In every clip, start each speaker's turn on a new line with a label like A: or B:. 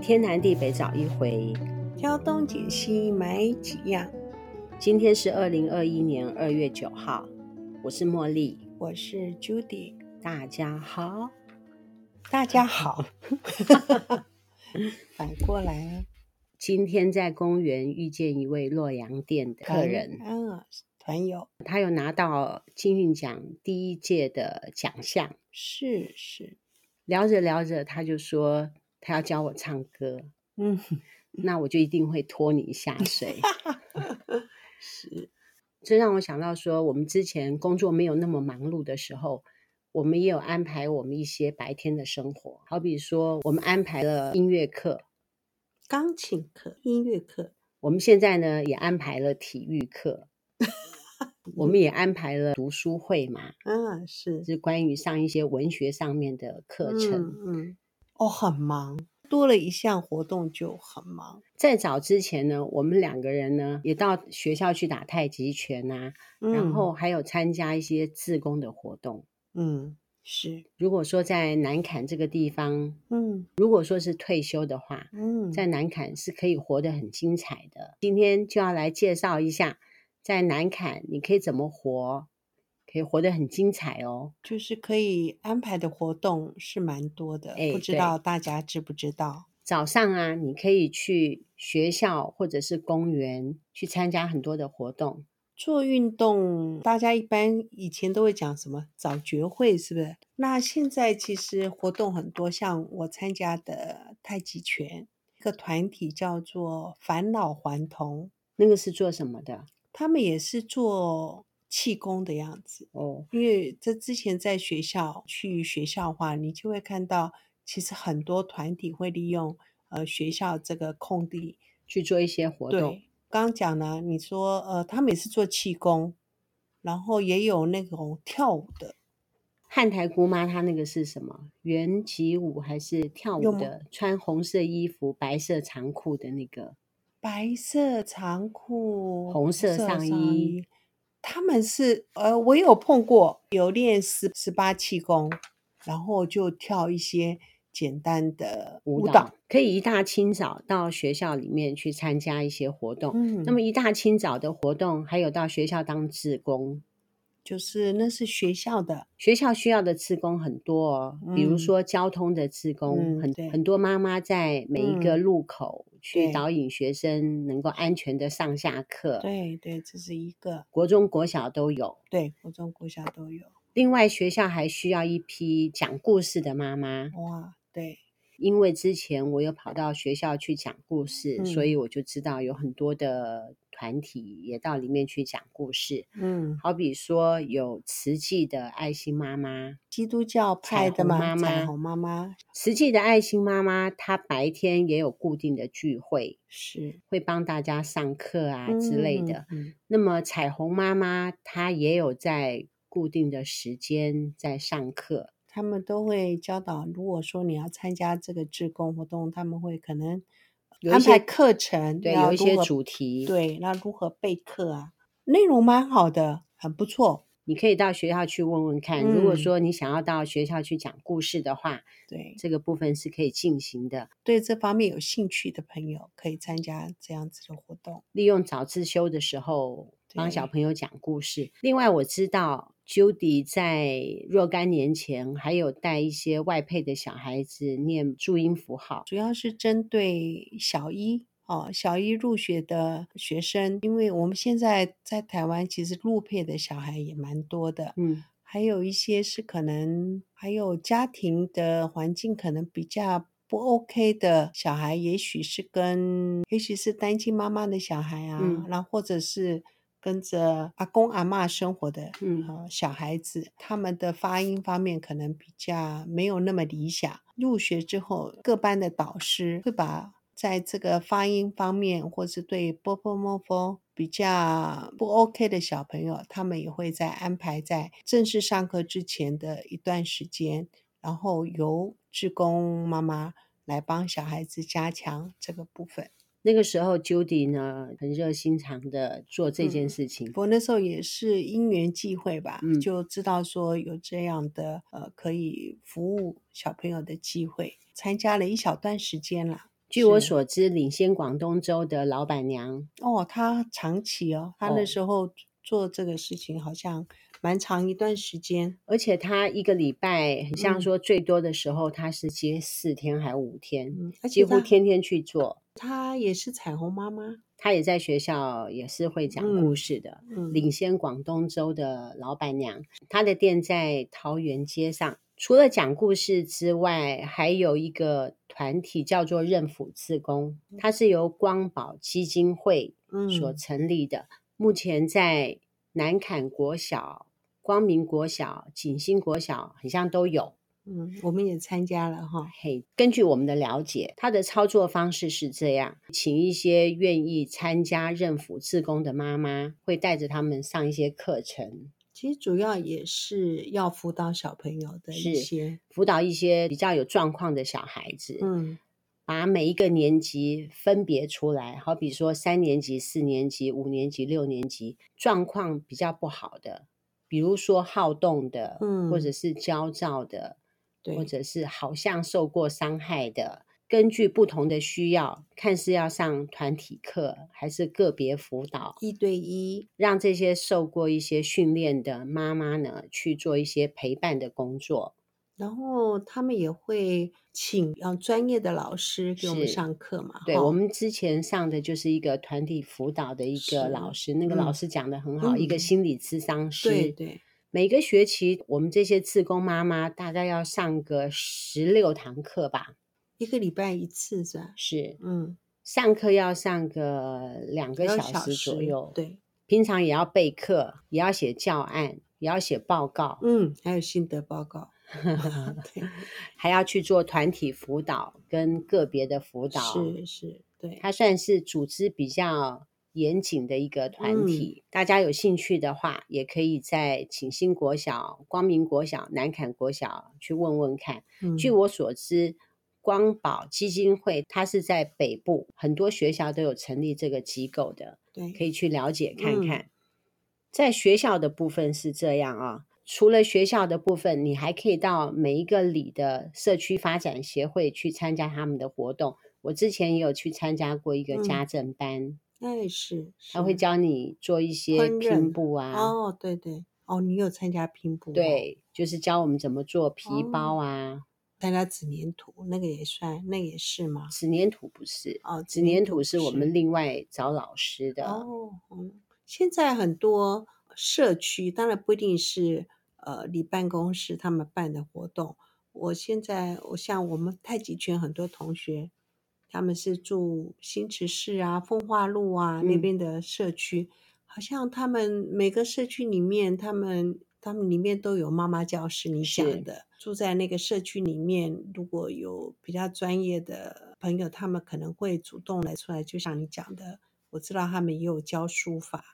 A: 天南地北找一回。
B: 挑东拣西买几样。
A: 今天是二零二一年二月九号，我是茉莉，
B: 我是 Judy，
A: 大家好。
B: 大 家好。反过来啊，
A: 今天在公园遇见一位洛阳店的客人，
B: 嗯，啊团友
A: 他有拿到金韵奖第一届的奖项。
B: 是是，
A: 聊着聊着，他就说他要教我唱歌，
B: 嗯，
A: 那我就一定会拖你下水。
B: 是
A: 这让我想到说，我们之前工作没有那么忙碌的时候，我们也有安排我们一些白天的生活，好比说我们安排了音乐课，
B: 钢琴课、音乐课，
A: 我们现在呢也安排了体育 课，我们也安排了读书会嘛，
B: 嗯，是
A: 就是关于上一些文学上面的课程。
B: 嗯嗯，哦，很忙，多了一项活动就很忙。
A: 在早之前呢，我们两个人呢也到学校去打太极拳啊，然
B: 嗯
A: 后还有参加一些自工的活动。
B: 嗯是
A: 如果说在南坎这个地方，
B: 嗯
A: 如果说是退休的话，
B: 嗯
A: 在南坎是可以活得很精彩的。今天就要来介绍一下，在南坎你可以怎么活，可以活得很精彩哦。
B: 就是可以安排的活动是蛮多的，
A: 哎
B: 不知
A: 对
B: 道大家知不知道？
A: 早上啊，你可以去学校或者是公园去参加很多的活动，
B: 做运动，大家一般以前都会讲什么早觉会，是不是？那现在其实活动很多，像我参加的太极拳，一个团体叫做返老还童，
A: 那个是做什么的？
B: 他们也是做气功的样子。
A: 哦，
B: 因为这之前在学校去学校的话，你就会看到，其实很多团体会利用呃学校这个空地。
A: 去做一些活动。
B: 对，刚刚讲呢，你说呃，他们也是做气功，然后也有那种跳舞的，
A: 汉台姑妈她那个是什么？圆脊舞还是跳
B: 有
A: 舞
B: 吗
A: 的？穿红色衣服、白色长裤的那个，
B: 白色长裤、
A: 红色上衣。
B: 他们是呃，我有碰过有练十十八气功，然后就跳一些简单的舞
A: 舞
B: 蹈。
A: 蹈，可以一大清早到学校里面去参加一些活动。
B: 嗯，
A: 那么一大清早的活动，还有到学校当志工。
B: 就是那是学校的，
A: 学校需要的志工很多哦，比如
B: 嗯
A: 说交通的志工，
B: 嗯对
A: 很很多妈妈在每一个
B: 嗯
A: 路口去
B: 对
A: 导引学生能够安全的上下课。，
B: 对对，这是一个，
A: 国中、国小都有。
B: 对，国中、国小都有。
A: 另外，学校还需要一批讲故事的妈妈，
B: 哇，对，
A: 因为之前我有跑到学校去讲故事，所
B: 嗯
A: 以我就知道有很多的团体也到里面去讲故事。
B: 嗯，
A: 好比说有慈济的爱心妈妈，
B: 基督教
A: 哦彩
B: 派哦的
A: 虹
B: 嘛，
A: 妈
B: 彩
A: 妈
B: 虹妈妈
A: 慈济的爱心妈妈，她白天也有固定的聚会，
B: 是
A: 会帮大家上课啊之类的。，
B: 嗯
A: 那么彩虹妈妈她也有在固定的时间在上课，
B: 他们都会教导，如果说你要参加这个志工活动，他们会可能
A: 有一
B: 安
A: 些
B: 排课程，
A: 对，有
B: 要
A: 一
B: 如
A: 些
B: 何
A: 主题，，
B: 对，那如何备课啊？内容蛮好的，很不错。
A: 你可以到学校去问问看。如果
B: 嗯
A: 说你想要到学校去讲故事的话，
B: 对，
A: 这个部分是可以进行的。
B: 对这方面有兴趣的朋友可以参加这样子的活动。
A: 利用早自修的时候帮小
B: 对
A: 朋友讲故事。另外，我知道 Judy 在若干年前还有带一些外配的小孩子念注音符号，
B: 主要是针对小一哦，小一入学的学生，因为我们现在在台湾其实入配的小孩也蛮多的，
A: 嗯，
B: 还有一些是可能还有家庭的环境可能比较不 OK 的小孩，也许是跟也许是单亲妈妈的小孩啊，
A: 嗯
B: 然后或者是跟着阿公阿嬷生活的
A: 嗯
B: 呃小孩子，他们的发音方面可能比较没有那么理想。入学之后，各班的导师会把在这个发音方面，或是对波波摩佛比较不 OK 的小朋友，他们也会在安排在正式上课之前的一段时间，然后由志工妈妈来帮小孩子加强这个部分。
A: 那个时候 Judy 呢很热心肠的做这件
B: 嗯
A: 事情。
B: 我那时候也是因缘际会吧，
A: 嗯
B: 就知道说有这样的呃可以服务小朋友的机会，参加了一小段时间啦。
A: 据我
B: 是
A: 所知，领先广东州的老板娘，
B: 哦，他长期哦，他那
A: 哦
B: 时候做这个事情好像蛮长一段时间。
A: 而且她一个礼拜，很像
B: 嗯
A: 说最多的时候，她是接四天还五天，
B: 嗯，而
A: 几
B: 且
A: 乎
B: 他
A: 天天去做。
B: 他也是彩虹妈妈。
A: 她也在学校也是会讲故
B: 嗯
A: 事的，
B: 嗯，
A: 领先广东州的老板娘，她的店在桃园街上。除了讲故事之外，还有一个团体叫做认府自工，它是由光宝基金会所
B: 嗯
A: 成立的，目前在南坎国小、光明国小、景星国小，好像都有。
B: 嗯，我们也参加了哈。
A: 嘿，根据我们的了解，它的操作方式是这样：请一些愿意参加任辅志工的妈妈，会带着他们上一些课程，
B: 其实主要也是要辅导小朋友的一
A: 是
B: 些，
A: 辅导一些比较有状况的小孩子，
B: 嗯
A: 把每一个年级分别出来，好比说三年级、四年级、五年级、六年级，状况比较不好的，比如说好动的，或者
B: 嗯
A: 是焦躁的，
B: 对
A: 或者是好像受过伤害的。根据不同的需要，看是要上团体课还是个别辅导，
B: 一对一，
A: 让这些受过一些训练的妈妈呢去做一些陪伴的工作。
B: 然后他们也会请让专业的老师给我们
A: 是
B: 上课嘛，
A: 对，我
B: 哈，
A: 们之前上的就是一个团体辅导的一个老
B: 是
A: 师，那个老
B: 嗯
A: 师讲的很好，一个
B: 嗯
A: 心理咨商师。
B: 对对，
A: 每个学期我们这些自工妈妈大概要上个十六堂课吧，
B: 一个礼拜一次是吧？
A: 是
B: 嗯，
A: 上课要上个两个
B: 要
A: 小
B: 小
A: 时左
B: 时，
A: 右，，
B: 对，
A: 平常也要备课，也要写教案，也要写报告，
B: 嗯，还有心得报 告， 对，
A: 还要去做团体辅导跟个别的辅导，
B: 是是，对，
A: 它算是组织比较严谨的一个团
B: 嗯
A: 体。大家有兴趣的话，也可以在景星国小、光明国小、南坎国小去问问看。
B: 嗯，
A: 据我所知，光宝基金会它是在北部，很多学校都有成立这个机构的，
B: 对，
A: 可以去了解看
B: 嗯
A: 看。在学校的部分是这样啊。除了学校的部分，你还可以到每一个里的社区发展协会去参加他们的活动。我之前也有去参加过一个
B: 嗯
A: 家政班，
B: 那是
A: 他会
B: 是
A: 教你做一些
B: 烹
A: 拼
B: 饪
A: 布啊，
B: 哦，对对，哦，你有参加拼布、哦，，
A: 对，就是教我们怎么做皮
B: 哦
A: 包啊。
B: 参加纸粘土那个也算，那个也是吗？
A: 纸粘土不是，
B: 哦，
A: 纸粘土
B: 不
A: 是我们另外找老师的。
B: 哦，嗯，现在很多社区，当然不一定是呃离办公室他们办的活动。我现在我像我们太极拳很多同学，他们是住新池市啊、风化路啊那
A: 嗯
B: 边的社区，好像他们每个社区里面，他们他们里面都有妈妈教室。你
A: 是
B: 讲的住在那个社区里面，如果有比较专业的朋友，他们可能会主动来出来，就像你讲的。我知道他们也有教书法，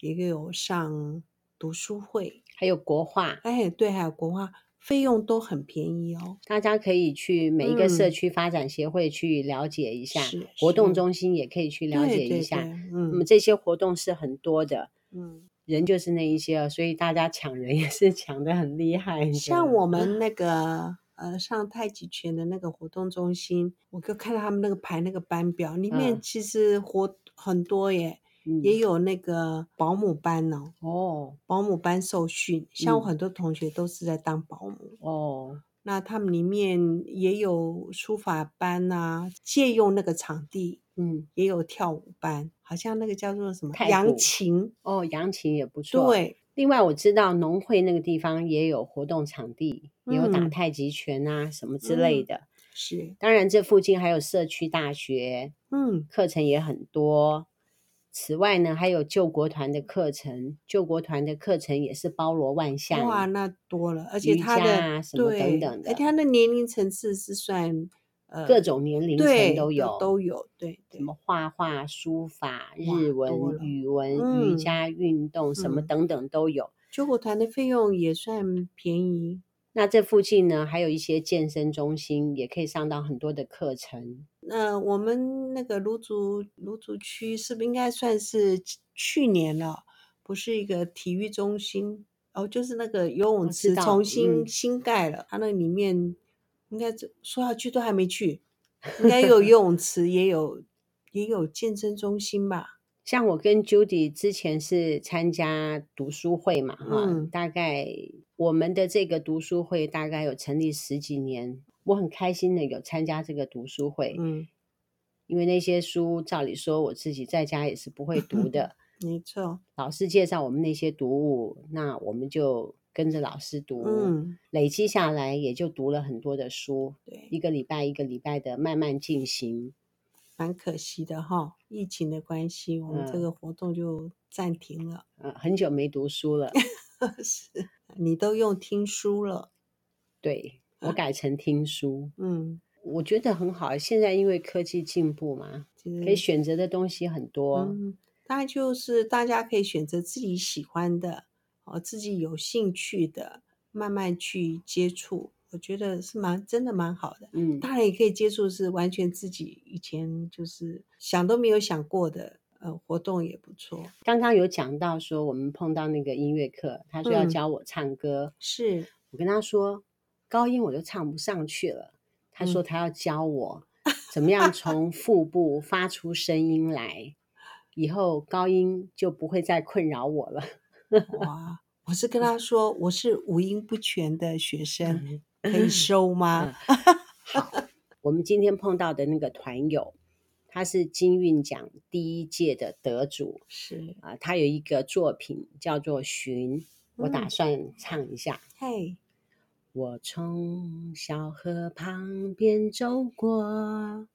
B: 也有上读书会，
A: 还有国画，
B: 哎，对，还有国画，费用都很便宜哦。
A: 大家可以去每一个社
B: 嗯
A: 区发展协会去了解一下，
B: 是
A: 活动
B: 是
A: 中心也可以去了
B: 对
A: 解一
B: 对
A: 下。
B: 对
A: 那么
B: 嗯
A: 这些活动是很多的，
B: 嗯，
A: 人就是那一些哦，所以大家抢人也是抢的很厉害的。
B: 像我们那个呃上太极拳的那个活动中心，我就看到他们那个排那个班表，里面
A: 嗯
B: 其实活很多耶，也
A: 嗯，
B: 有那个保姆班哦，
A: 哦
B: 保姆班受训，像我
A: 嗯
B: 很多同学都是在当保姆。
A: 哦，
B: 那他们里面也有书法班啊，借用那个场地，
A: 嗯，
B: 也有跳舞班，好像那个叫做什么
A: 太
B: 扬
A: 鼓
B: 琴，
A: 哦，扬琴也不错。，
B: 对，
A: 另外我知道农会那个地方也有活动场地，也有打
B: 嗯
A: 太极拳啊什么之类
B: 嗯
A: 的。
B: 是，
A: 当然，这附近还有社区大学，
B: 嗯
A: 课程也很多。此外呢，还有救国团的课程，救国团的课程也是包罗万象，
B: 哇，那多了，而且
A: 瑜
B: 他
A: 伽
B: 的
A: 啊什么等
B: 对，
A: 等
B: 而且
A: 的，
B: 他的年龄层次是算呃
A: 各种年龄层
B: 对
A: 都有，
B: 都有，对
A: 什
B: 对，
A: 么画画、书法、日
B: 哇，多
A: 文、
B: 了，
A: 语文、瑜
B: 嗯
A: 伽、运动什么
B: 嗯，
A: 等等都有。
B: 救国团的费用也算便宜，
A: 那这附近呢，还有一些健身中心，也可以上到很多的课程。
B: 那我们那个芦竹芦竹区是不是应该算是去去年了？不是一个体育中心哦，就是那个游泳
A: 我知
B: 池
A: 道
B: 重新
A: 嗯
B: 新盖了，它那里面应该是说要去都还没去，应该有游泳池，也有也有健身中心吧？
A: 像我跟 Judy 之前是参加读书会嘛，哈、
B: 嗯
A: 大概我们的这个读书会大概有成立十几年，我很开心的有参加这个读书会，
B: 嗯，
A: 因为那些书照理说我自己在家也是不会读的，
B: 没错。
A: 老师介绍我们那些读物，那我们就跟着老师读，
B: 嗯，
A: 累积下来也就读了很多的书，
B: 对，
A: 一个礼拜一个礼拜的慢慢进行，
B: 蛮可惜的哈，疫情的关系，我们这
A: 嗯
B: 个活动就暂停了。
A: 呃，很久没读书 了，
B: 是，你都用听书了。
A: 对我改成听书。
B: 嗯，
A: 我觉得很好。现在因为科技进步嘛，
B: 其
A: 可以
B: 实
A: 选啊择的东西很多。
B: 嗯，当然就是大家可以选择自己喜欢的，哦，自己有兴趣的，慢慢去接触，我觉得是蛮真的蛮好的。
A: 嗯
B: 当然也可以接触是完全自己以前就是想都没有想过的，呃，活动也不错。
A: 刚刚有讲到说我们碰到那个音乐课，他说要
B: 嗯
A: 教我唱歌，
B: 是，
A: 我跟他说高音我就唱不上去了，他说他要教我怎么样从腹部发出声音来，以后高音就不会再困扰我了。
B: 哇，啊我是跟他说我是五音不全的学生，可以收吗？
A: 我们今天碰到的那个团友，他是金韵奖第一届的得主，
B: 是，
A: 啊，他有一个作品叫做《寻》，我打
B: 嗯
A: 算唱一下。
B: 嘿，
A: 我从小河旁边走过，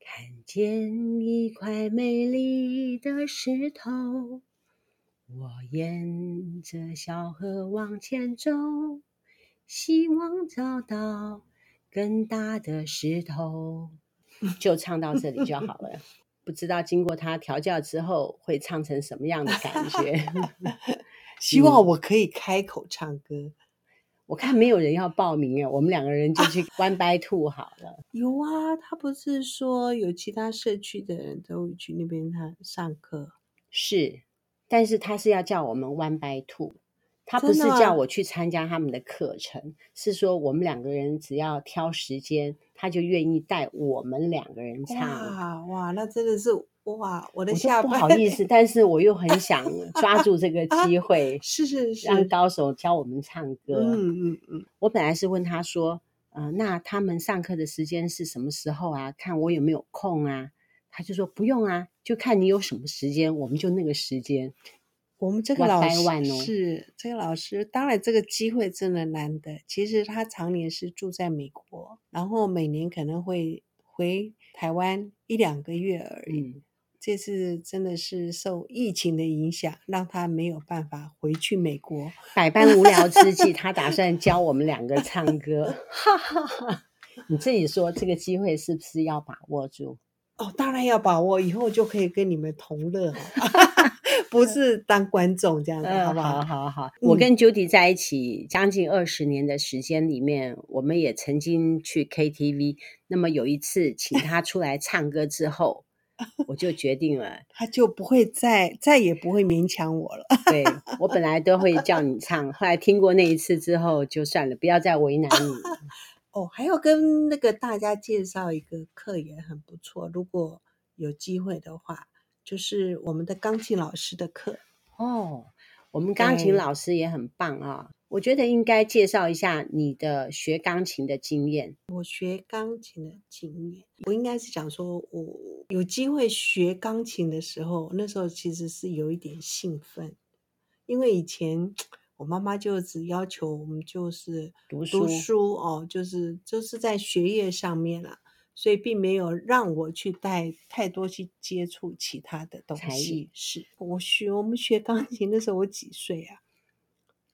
A: 看见一块美丽的石头。我沿着小河往前走，希望找到更大的石头。就唱到这里就好了。不知道经过他调教之后会唱成什么样的感觉？
B: 希望我可以开口唱歌。
A: 我看没有人要报名啊，我们两个人就去 one by two 好了。
B: 有啊，他不是说有其他社区的人都会去那边他上课，
A: 是，但是他是要叫我们 one by two，他不
B: 真
A: 是
B: 的啊
A: 叫
B: 吗
A: 我去参加他们的课程，是说我们两个人只要挑时间，他就愿意带我们两个人唱。
B: 哇哇，那真的是哇，我的
A: 我就
B: 下
A: 不
B: 巴
A: 好意，思，但是我又很想抓住这个机会，
B: 是是是，
A: 让高手教我们唱歌。
B: 嗯嗯嗯，
A: 我本来是问他说，呃，那他们上课的时间是什么时候啊？看我有没有空啊？他就说不用啊，就看你有什么时间，我们就那个时间。
B: 我们这个
A: One
B: 老
A: by
B: 师
A: one 哦
B: 是这个老师，当然这个机会真的难得。其实他常年是住在美国，然后每年可能会回台湾一两个月而已。
A: 嗯，
B: 这次真的是受疫情的影响，让他没有办法回去美国。
A: 百般无聊之际，他打算教我们两个唱歌， 哈哈哈！你自己说这个机会是不是要把握住？
B: 哦，当然要把握，以后就可以跟你们同乐哈， 不是当观众这样子，好不
A: 嗯好
B: 嗯好？
A: 好好，我跟 Judy 在一起将近二十年的时间里面，我们也曾经去 KTV。那么有一次请他出来唱歌之后，我就决定了，
B: 他就不会再再也不会勉强我了。
A: 对我本来都会叫你唱，后来听过那一次之后就算了，不要再为难你。
B: 哦，还要跟那个大家介绍一个课也很不错，如果有机会的话，就是我们的钢琴老师的课。
A: 哦，我们钢琴
B: 对
A: 老师也很棒啊，我觉得应该介绍一下你的学钢琴的经验。
B: 我学钢琴的经验，我应该是讲说，我有机会学钢琴的时候，那时候其实是有一点兴奋，因为以前我妈妈就只要求我们就是
A: 读
B: 书
A: 书
B: 哦，就是就是在学业上面啊，所以并没有让我去带太多去接触其他的东
A: 才艺
B: 西。是我学我们学钢琴那时候我几岁啊？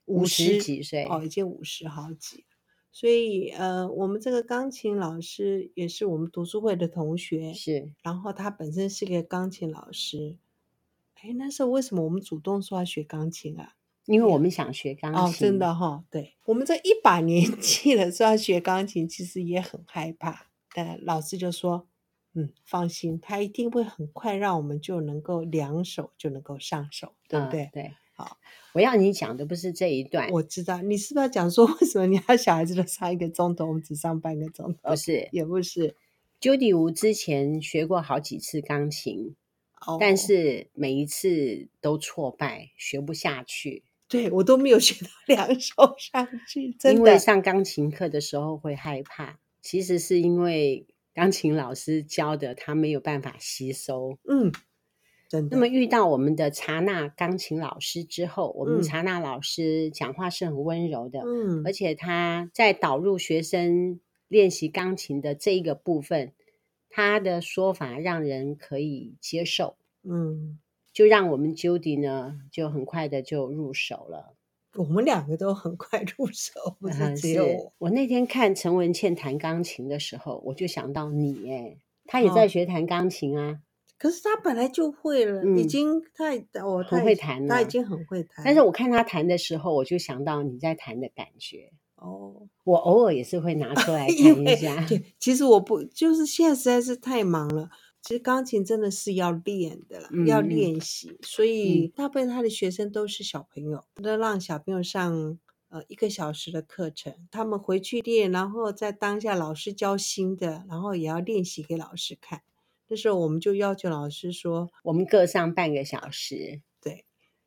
A: 50
B: 十
A: 几岁
B: 哦，已经五十好几了。所以呃，我们这个钢琴老师也是我们读书会的同学，
A: 是
B: 然后他本身是个钢琴老师。哎，那时候为什么我们主动说要学钢琴啊？
A: 因为我们想学钢琴，
B: 哦，真的哈、对我们这一把年纪了，说要学钢琴，其实也很害怕。但老师就说：“嗯，放心，他一定会很快让我们就能够两手就能够上手，对不
A: 嗯
B: 对？”
A: 对，
B: 好，
A: 我要你讲的不是这一段，
B: 我知道你是不是要讲说为什么你要小孩子都上一个钟头，我们只上半个钟头？
A: 不是
B: 也不是，
A: Judy 吴之前学过好几次钢琴，
B: 哦
A: 但是每一次都挫败，学不下去，
B: 对我都没有 学到两手上去，真
A: 因为
B: 的
A: 上钢琴课的时候会害怕，其实是因为钢琴老师教的他没有办法吸收。
B: 嗯，真的。
A: 那么遇到我们的查娜钢琴老师之后，我们
B: 嗯
A: 查娜老师讲话是很温柔的，
B: 嗯
A: 而，且他在导入学生练习钢琴的这一个部分，他的说法让人可以接受，
B: 嗯，
A: 就让我们 Judy 呢就很快的就入手了。
B: 我们两个都很快入手，不
A: 嗯
B: 是只有我。
A: 我那天看陈文茜弹钢琴的时候，我就想到你哎，她也在
B: 哦
A: 学弹钢琴啊，
B: 可是他本来就会了，已
A: 嗯
B: 经太哦，
A: 很
B: 他
A: 会
B: 已经
A: 弹
B: 他已
A: 了
B: 经很会弹。
A: 但是我看她弹的时候，我就想到你在弹的感觉。
B: 哦，
A: 我偶尔也是会拿出来
B: 因
A: 弹一
B: 为
A: 下，
B: 对，其实我不就是现在实在是太忙了。其实钢琴真的是要练的啦，要
A: 嗯嗯
B: 练习，所以大部分他的学生都是小朋友，都让小朋友上呃一个小时的课程，他们回去练，然后在当下老师教新的，然后也要练习给老师看。那时候我们就要求老师说，
A: 我们各上半个小时。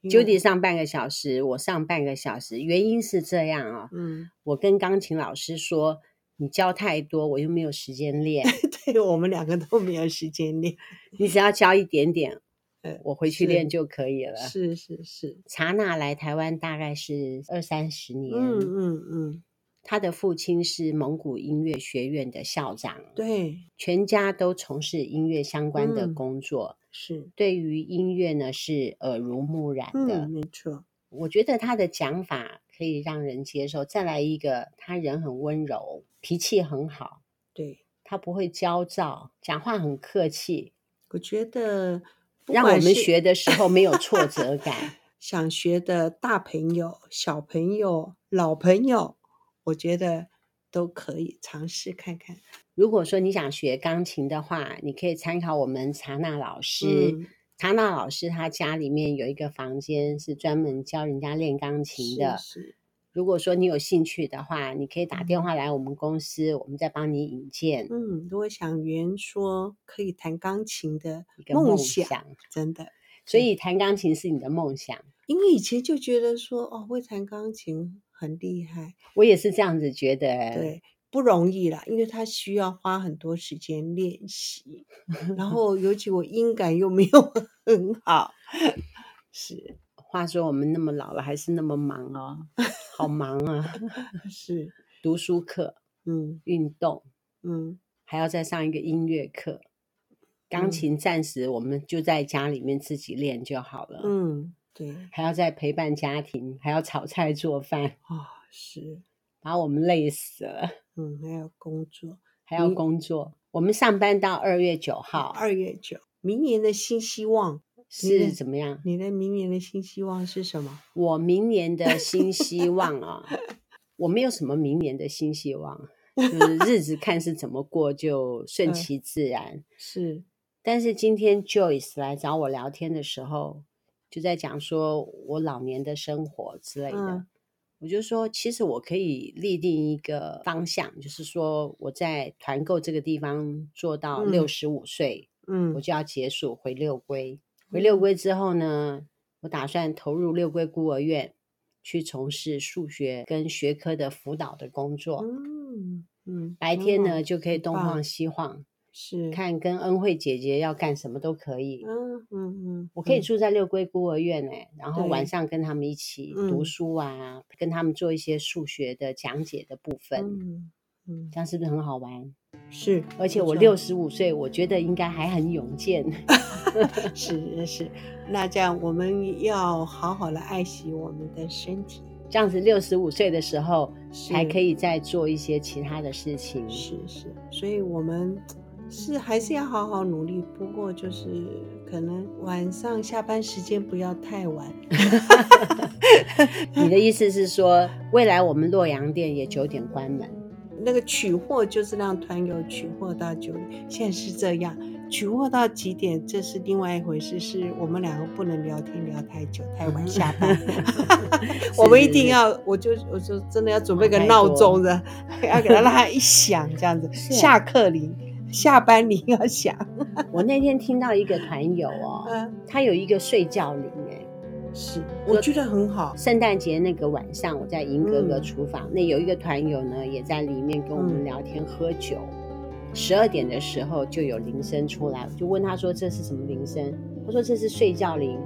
B: 因为
A: Judy 上半个小时，我上半个小时，原因是这样啊、
B: 嗯，
A: 我跟钢琴老师说，你教太多，我又没有时间 练，
B: 对我们两个都没有时 间练，
A: 你只要教一点点
B: 呃，
A: 我回去
B: 是
A: 练就可以了。
B: 是是是，
A: 查娜来台湾大概是二三十年，
B: 嗯嗯嗯，
A: 他的父亲是蒙古音乐学院的校长，，
B: 对，
A: 全家都从事音乐相关的
B: 嗯
A: 工作，
B: 是，
A: 对于音乐呢是耳濡目染的。
B: 嗯，没错，
A: 我觉得他的讲法可以让人接受。再来一个，他人很温柔，脾气很好，
B: 对，
A: 他不会焦躁，讲话很客气，
B: 我觉得不
A: 让我
B: 管
A: 们
B: 是
A: 学的时候没有挫 折感。
B: 想学的大朋友、小朋友、老朋友，我觉得都可以尝试看看。
A: 如果说你想学钢琴的话，你可以参考我们查娜老师。
B: 嗯
A: 查娜老师他家里面有一个房间是专门教人家练钢琴的。
B: 是是
A: 如果说你有兴趣的话，你可以打电话来我们公司，我们再帮你引荐
B: 嗯，如果想圆说可以弹钢琴的
A: 一个
B: 梦
A: 想。
B: 真的，
A: 所以弹钢琴是你的梦想。
B: 因为以前就觉得说哦，会弹钢琴很厉害，
A: 我也是这样子觉得。，哎
B: 对，不容易啦，因为他需要花很多时间练 习，然后尤其我音感又没有 很好，是
A: 话说我们那么老了，还是那么忙哦，好忙啊！
B: 是，
A: 读书课、
B: 嗯
A: 运动，
B: 嗯，
A: 还要再上一个音乐课。钢
B: 嗯
A: 琴暂时我们就在家里面自己练就好了。，
B: 嗯，对，
A: 还要再陪伴家庭，还要炒菜做饭，
B: 哦，是，
A: 把我们累死了。
B: 嗯，还有工作。
A: 还要
B: 你
A: 工作，我们上班到二月九号
B: 二嗯月九，明年的新希望，
A: 是
B: 的
A: 怎么样？
B: 你的明年的新希望是什么？
A: 我明年的新希望啊，我没有什么明年的新希望，就是日子看是怎么过就顺
B: 嗯
A: 其自然。
B: 是，
A: 但是今天 Joyce 来找我聊天的时候，就在讲说我老年的生活之类的。
B: 嗯
A: 我就说，其实我可以立定一个方向，就是说我在团购这个地方做到
B: 嗯
A: 六十五岁，我
B: 嗯
A: 就要结束回六龟。回六龟之后呢，我打算投入六龟孤儿院，去从事数学跟学科的辅导的工作。
B: 嗯嗯，
A: 白
B: 很
A: 天
B: 好
A: 呢，就可以
B: 很
A: 东
B: 棒
A: 晃西晃，
B: 是，
A: 看跟恩惠姐姐要干什么都可以。
B: 嗯嗯嗯，
A: 我可以
B: 嗯
A: 住在六龟孤儿院哎、然后晚
B: 对
A: 上跟他们一起读
B: 嗯
A: 书啊，跟他们做一些数学的讲解的部分，
B: 嗯嗯
A: 这样是不是很好玩？
B: 是，
A: 而且
B: 不
A: 我
B: 错
A: 六十五岁，我觉得应该还很勇健。
B: 是是，那这样我们要好好的爱惜我们的身体，
A: 这样子六十五岁的时候还可
B: 以
A: 以再做一些其他的事情。
B: 是是，所以我们是还是要好好努力，不过就是可能晚上下班时间不要太 晚，
A: 你的意思是说，未来我们洛阳店也九点关门？，
B: 那个取货就是让团友取货到九点，现在是这样，取货到几点这是另外一回事，是我们两个不能聊天聊太久，太晚下 班我们一
A: 是
B: 定
A: 是
B: 要，我就我就真的要准备
A: 忙
B: 个
A: 太
B: 闹
A: 多
B: 钟的，要给它让它一响这样子，
A: 是
B: 下课铃，下班你要想，
A: 我那天听到一个团友哦，
B: 嗯，
A: 他有一个睡觉铃哎、
B: 是，我觉得很好，
A: 圣诞节那个晚上，我在银格格
B: 嗯
A: 厨房，那有一个团友呢，也在里面跟我们
B: 嗯
A: 聊天、喝酒。十二点的时候就有铃声出来，我就问他说这是什么铃声？他说这是睡觉铃，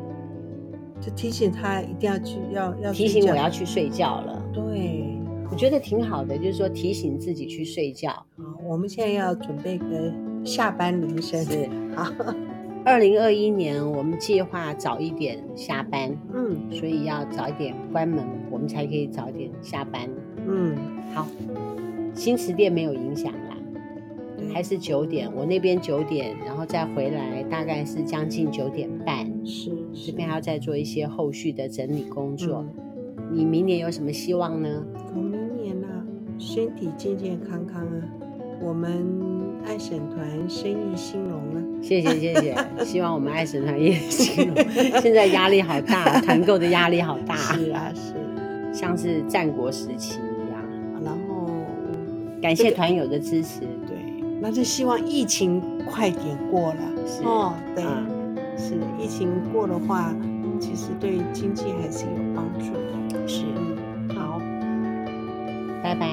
B: 就提醒他一定要去，要要
A: 提
B: 睡
A: 醒我
B: 觉
A: 要去睡觉了。
B: 对。
A: 我觉得挺好的，就是说提醒自己去睡觉。
B: 好，我们现在要准备个下班铃声。
A: 是
B: 好，
A: 二零二一年我们计划早一点下班，
B: 嗯
A: 所以要早一点关门，我们才可以早一点下班。
B: 嗯，
A: 好，新池店没有影响啦，
B: 对
A: 还是九点，我那边九点，然后再回来大概是将近九点半，
B: 是
A: 这
B: 是
A: 边还要再做一些后续的整理工作。
B: 嗯
A: 你明年有什么希望呢？
B: 我明年呢、身体健健康康啊，我们爱审团生意兴隆啊。
A: 谢谢谢谢，希望我们爱神团业兴隆。现在压力好大，团购的压力好大，
B: 是啊是，
A: 像是战国时期一样。
B: 然后
A: 感谢团友的支持，
B: 对，那就希望疫情快点过了。
A: 是
B: 哦，对，
A: 啊
B: 是的，疫情过的话，其实对经济还是有帮助的。
A: 是
B: 嗯，好，
A: 拜拜。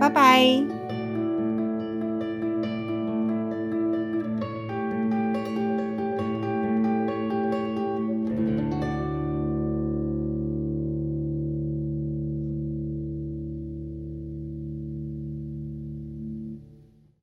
B: 拜拜。